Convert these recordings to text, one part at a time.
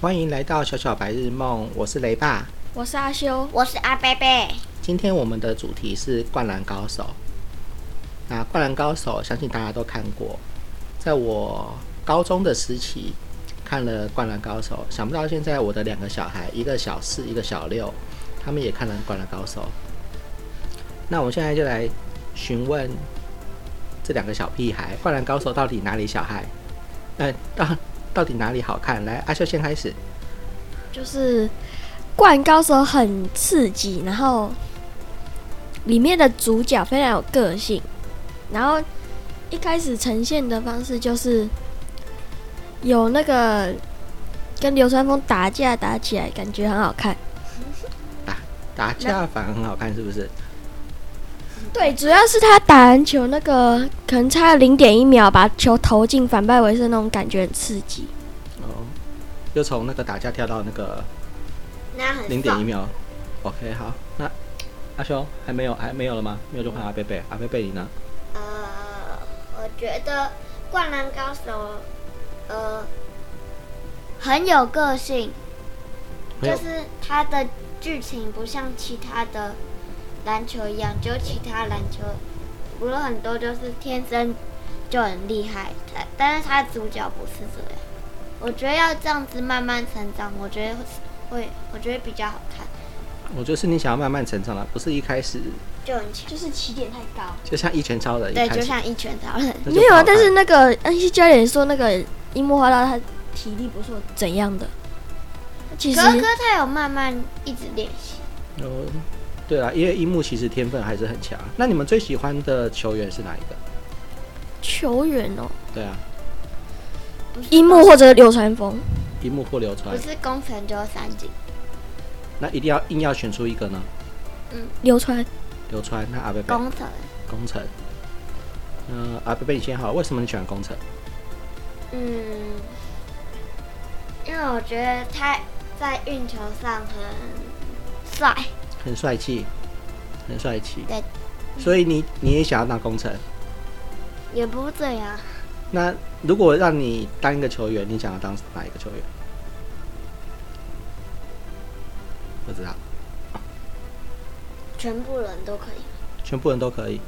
欢迎来到小小白日梦，我是雷爸。我是阿修，我是阿贝贝，今天我们的主题是《灌篮高手》。那《灌篮高手》相信大家都看过，在我高中的时期看了《灌篮高手》，想不到现在我的两个小孩，一个小四，一个小六，他们也看了《灌篮高手》。那我们现在就来询问这两个小屁孩，《灌篮高手》到底哪里小孩？呃，到到底哪里好看？来，阿秀先开始。就是《灌篮高手》很刺激，然后里面的主角非常有个性，然后一开始呈现的方式就是有那个跟流川枫打架打起来，感觉很好看。打架反而很好看，是不是？对，主要是他打篮球那个可能差零点一秒把球投进反败为胜那种感觉很刺激。哦，又从那个打架跳到那个那很零点一爽秒。OK，好，那阿兄还没有，还没有了吗？没有就换阿贝贝，阿贝贝你呢？呃，我觉得《灌篮高手》呃很有个性，没有就是它的剧情不像其他的篮球一样，就其他篮球不是很多就是天生就很厉害，但但是它主角不是这样。我觉得要这样子慢慢成长，我觉得会，我觉得比较好看，我就是你想要慢慢成长了，不是一开始就很强。就是起点太高。就像一拳超人一对，开就始，像一拳超人。那就没有不啊好，但是看那个恩熙教练说那个樱木花道他体力不错，怎样的？其实哥哥他有慢慢一直练习。哦，对啊，因为樱木其实天分还是很强。那你们最喜欢的球员是哪一个？球员哦，对啊，不是樱木或者流川枫，樱木或流川不，是工程就是三井，那一定要硬要选出一个呢？流川流川，那阿贝贝工程工程。嗯、阿贝贝你先好，为什么你喜欢工程？嗯，因为我觉得他在运球上很帅，很帅气，很帅气。对。所以你你也想要当工程？也不是这样，那如果让你当一个球员，你想要当哪一个球员？不知道，全部人都可以。全部人都可以。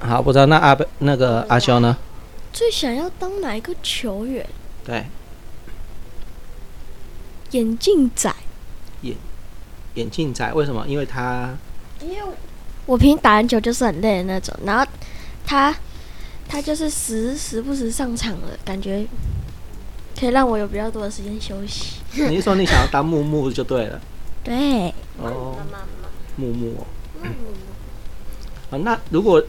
好，不知道那阿贝那个阿修呢？最想要当哪一个球员？对，眼镜仔，眼镜仔为什么？因为他 因为我平时打篮球就是很累的那种，然后他他就是时时不时上场了，感觉可以让我有比较多的时间休息。你是说你想要当木木就对了对，哦妈，妈妈木木哦。妈啊，那如果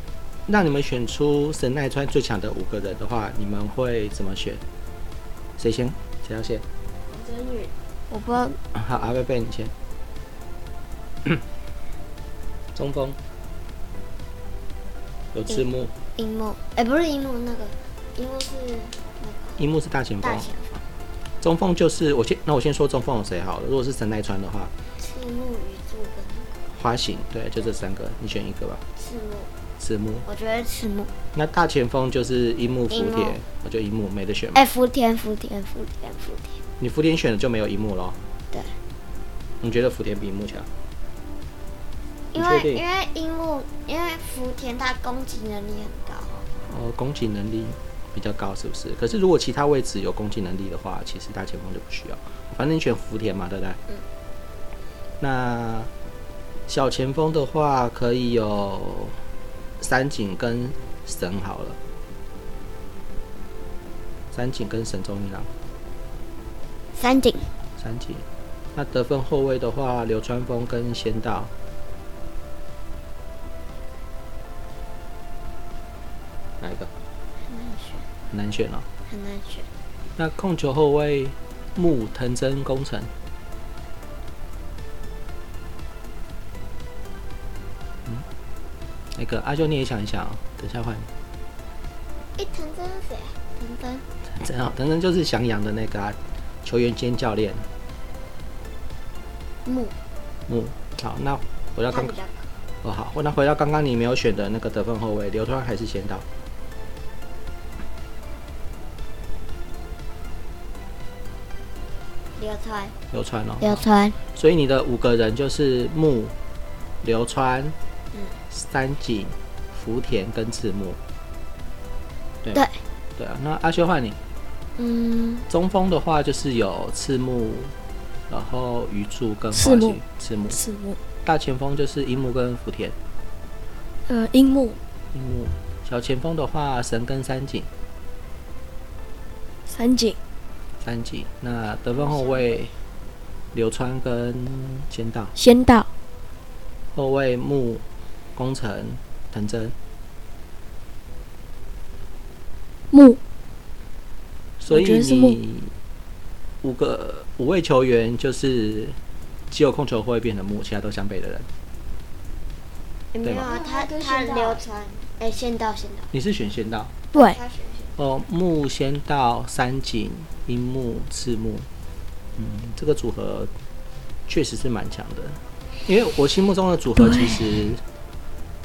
让你们选出神奈川最强的五个人的话，你们会怎么选？谁先？谁要先？啊我不知道好，阿贝贝你 先。中锋有赤木，樱木，哎、不是樱木那个，樱木是那樱木是大前个锋大，前锋，中锋就是我先，那我先说中锋有谁好了。如果是神奈川的话，赤木宇柱跟花形，对，就这三个，你选一个吧。赤木，赤木，我觉得赤木，那大前锋就是樱木福樱田木，我就樱木没得选嘛。哎、福田福田福田福田，你福田选了就没有樱木咯。对。你觉得福田比樱木强？你因确为定因？为樱木因为福田他攻击能力很高。哦，攻击能力比较高，是不是？可是如果其他位置有攻击能力的话，其实大前锋就不需要。反正你选福田嘛，对不对？嗯。那小前锋的话，可以有三井跟神好了。三井跟神州一郎，三井，三井。那得分后卫的话，流川枫跟仙道。哪一个？很难选，很难选哦。很难选。那控球后卫木藤真工程，嗯，那个阿修你也想一想、哦，等一下换哎，藤真是谁啊？藤真，藤真哦，藤真就是翔阳的那个啊、球员兼教练木，木。好，那回到他刚比较高。哦好，那回到刚刚你没有选的那个得分后卫流川还是先到，流川，流川哦。流川，所以你的五个人就是木、流川、嗯三井、福田跟赤木。对对对啊，那阿修换你嗯，中锋的话，就是有赤木，然后鱼柱跟花赤木形赤木。赤木，大前锋就是樱木跟福田，呃，樱木、樱木。小前锋的话，神跟三井，三井、三井。那得分后卫流川跟仙道，仙道、后卫木、宫城、藤真。木，所以我觉得是木你五个五位球员就是只有控球会变成木，其他都湘北的人。也没有对啊，吧他那跟他仙道流川，哎，仙道仙道，你是选仙道对，他选仙哦，木仙道、三井、樱木、赤木，嗯，这个组合确实是蛮强的。因为我心目中的组合对其实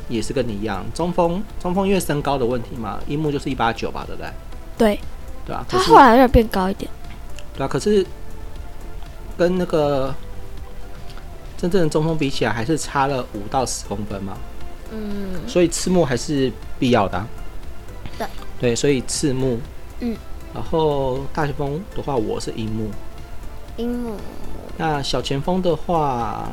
也是跟你一样，中锋中锋因为身高的问题嘛，樱木就是一八九吧，对不对？对对啊，可他是后来有点变高一点，对啊，可是跟那个真正的中锋比起来，还是差了五到十公分嘛。嗯，所以赤木还是必要的啊、对对，所以赤木，嗯，然后大前锋的话，我是樱木。樱木，那小前锋的话，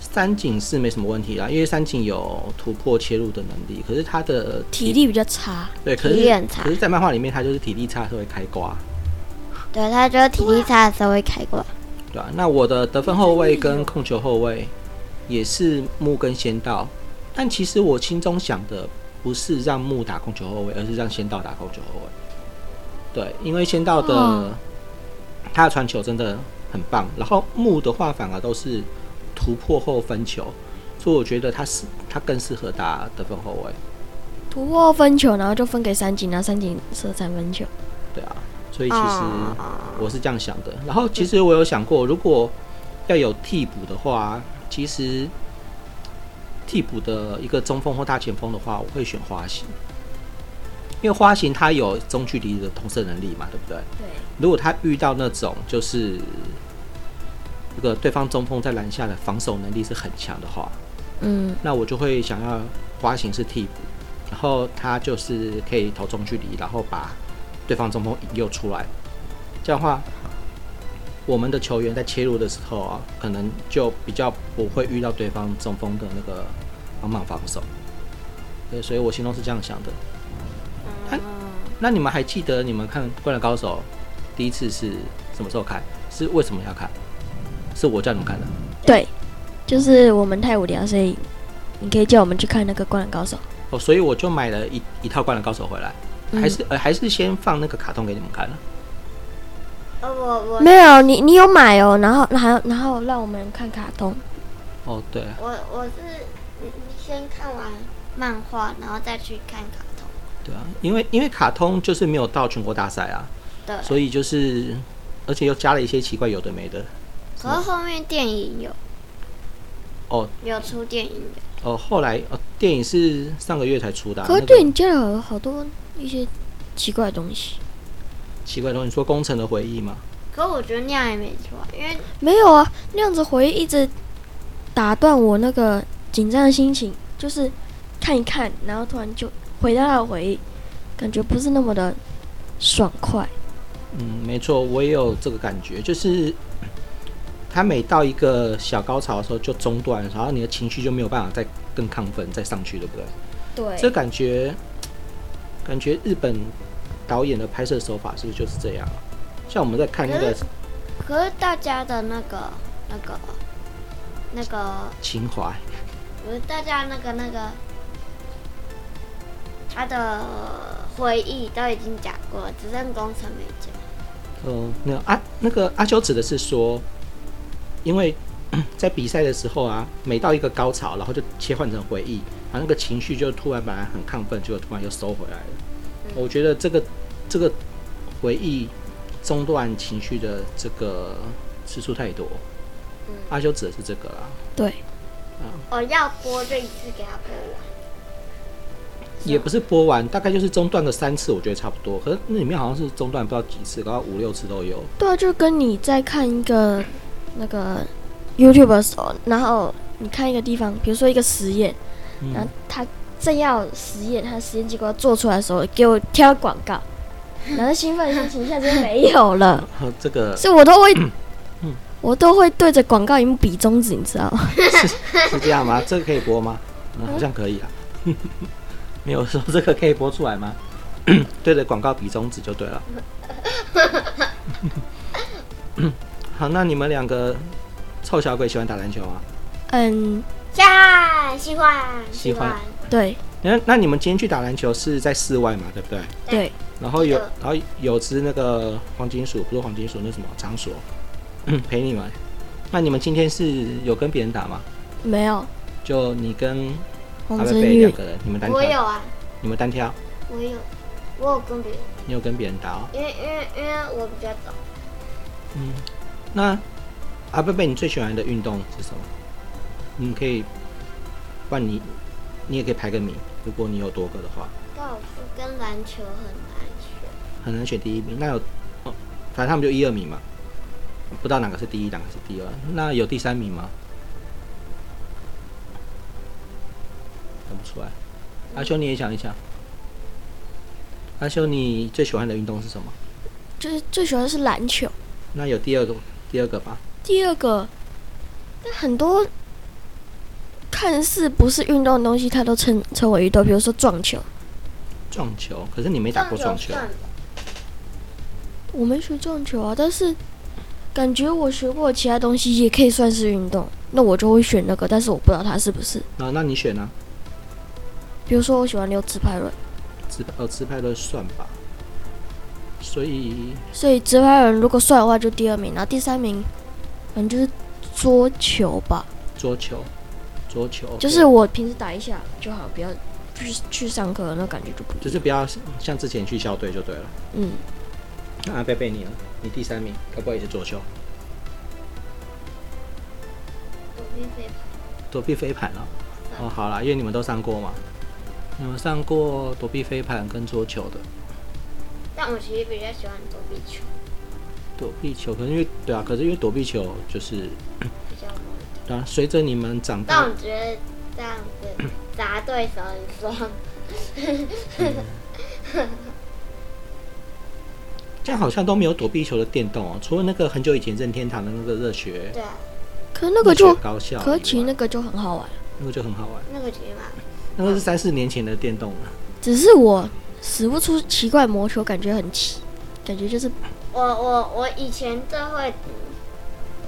三井是没什么问题啦，因为三井有突破切入的能力，可是他的体力比较差，对，可是体力很差可是在漫画里面，他就是体力差的时候会开瓜，对他就是体力差的时候会开过来，对啊吧、那我的得分后卫跟控球后卫也是木跟仙道，但其实我心中想的不是让木打控球后卫，而是让仙道打控球后卫。对，因为仙道的、哦他的传球真的很棒，然后木的话反而都是突破后分球，所以我觉得他是他更适合打得分后卫。突破分球，然后就分给三井，然后三井射三分球，对啊，所以其实哦我是这样想的。然后其实我有想过，如果要有替补的话，其实替补的一个中锋或大前锋的话，我会选花形，因为花形他有中距离的投射能力嘛，对不对？对。如果他遇到那种就是这个对方中锋在篮下的防守能力是很强的话，嗯，那我就会想要花形是替补，然后他就是可以投中距离，然后把对方中锋引诱出来。这样的话，我们的球员在切入的时候啊，可能就比较不会遇到对方中锋的那个帮忙防守。对，所以我心中是这样想的。哎嗯，那你们还记得你们看《灌篮高手》第一次是什么时候看？是为什么要看？是我叫你们看的。对，就是我们太无聊，所以你可以叫我们去看那个《灌篮高手》。哦，所以我就买了一一套《灌篮高手》回来，嗯还是、呃还是先放那个卡通给你们看了。啊呃，我我没有，你你有买哦，然后然后然后让我们看卡通。哦，对，我我是你你先看完漫画，然后再去看卡通，对啊，因为因为卡通就是没有到全国大赛啊，对，所以就是而且又加了一些奇怪有的没的。可是后面电影有哦有出电影的，哦，后来哦电影是上个月才出的啊、可是那对个你家有好多一些奇怪的东西。奇怪的东西，你说工程的回忆嘛？可我觉得那样也没错啊，因为没有啊，那样子回忆一直打断我那个紧张的心情，就是看一看，然后突然就回到那个回忆，感觉不是那么的爽快。嗯，没错，我也有这个感觉，就是他每到一个小高潮的时候就中断，然后你的情绪就没有办法再更亢奋再上去，对不对？对这感觉，感觉日本导演的拍摄手法是不是就是这样啊？像我们在看那个可可是大家的那个那个那个情怀，不是大家那个那个他的回忆都已经讲过了，只剩工程没讲。呃，那个阿那个阿修指的是说，因为 在比赛的时候啊，每到一个高潮，然后就切换成回忆，然后那个情绪就突然本来很亢奋，结果突然又收回来嗯了。我觉得这个这个回忆中断情绪的这个次数太多，嗯阿修指的是这个啦。对，哦我要播就一次给他播完。也不是播完，大概就是中断个三次，我觉得差不多。可是那里面好像是中断不知道几次，搞到五六次都有。对啊，就跟你在看一个那个 YouTube 的时候，然后你看一个地方，比如说一个实验，嗯然后他正要实验，他实验结果做出来的时候，给我挑广告，然后兴奋的心情一下子就 没有了，呵嗯 这个所以我都会嗯，我都会对着广告荧幕比中指，你知道吗？ 是这样吗？这个可以播吗？嗯好像可以啊。 没有说这个可以播出来吗？ 对着广告比中指就对了。 好，那你们两个臭小鬼喜欢打篮球吗？嗯，喜欢喜欢喜欢，对那那你们今天去打篮球是在室外嘛，对不对？对，然后有是的然后有只那个黄金鼠，不是黄金鼠，那什么长鼠，陪你们。那你们今天是有跟别人打吗？没有就你跟阿黄贝真贝两玉，个人，你们单我挑，有啊，你们单挑，我有，我有跟别人，你有跟别人打哦。因为因为因为我比较早，嗯，那阿贝贝，你最喜欢的运动是什么？你可以，不然你你也可以排个名，如果你有多个的话，高尔夫跟篮球很难选，很难选第一名。那有，哦反正他们就一二名嘛，不知道哪个是第一，哪个是第二。那有第三名吗？想不出来。阿修，你也想一想。阿修，你最喜欢的运动是什么？就是最喜欢的是篮球。那有第二个，第二个吧。第二个，但很多看似不是运动的东西，它都称称为运动，比如说撞球，撞球，可是你没打过撞球。算了我没学撞球啊，但是感觉我学过的其他东西也可以算是运动，那我就会选那个，但是我不知道它是不是。那那你选呢、比如说我喜欢溜直排轮，直拍哦，直拍的算吧。所以所以直排轮如果算的话就第二名，然后第三名可能就是桌球吧，桌球，桌球就是我平时打一下就好，不要去去上课那感觉就不一样。就是不要像之前去校队就对了。嗯，那阿贝贝你呢？你第三名，该不会也是桌球？躲避飞盘躲避飞盘了、哦，好啦，因为你们都上过嘛，你们上过躲避飞盘跟桌球的。但我其实比较喜欢躲避球，躲避球，可是因为对啊，可是因为躲避球就是比较容易。啊，随着你们长但大我，觉得这样 子砸对手很爽，这样好像都没有躲避球的电动哦，除了那个很久以前任天堂的那个热血对啊，可是那个就热血高校以外，可是其实那个就很好玩。那个就很好玩， 那个觉得蛮好那个是三四年前的电动了。只是我使不出奇怪魔球，感觉很奇，感觉就是我我我以前最会，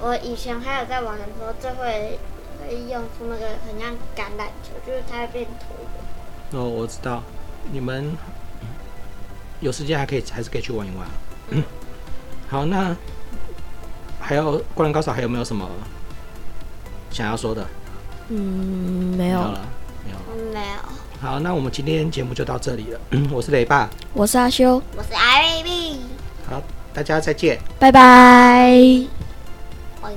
我以前还有在玩的时候最会会用出那个很像橄榄球，就是它会变椭圆。哦，我知道，你们嗯有时间还可以还是可以去玩一玩啊。 好，那还有《灌篮高手》还有没有什么想要说的？嗯没没有有了。了，没有了。嗯没有，好，那我们今天节目就到这里了。 我是雷爸，我是阿修，我是 I B B，好，大家再见。拜拜。我。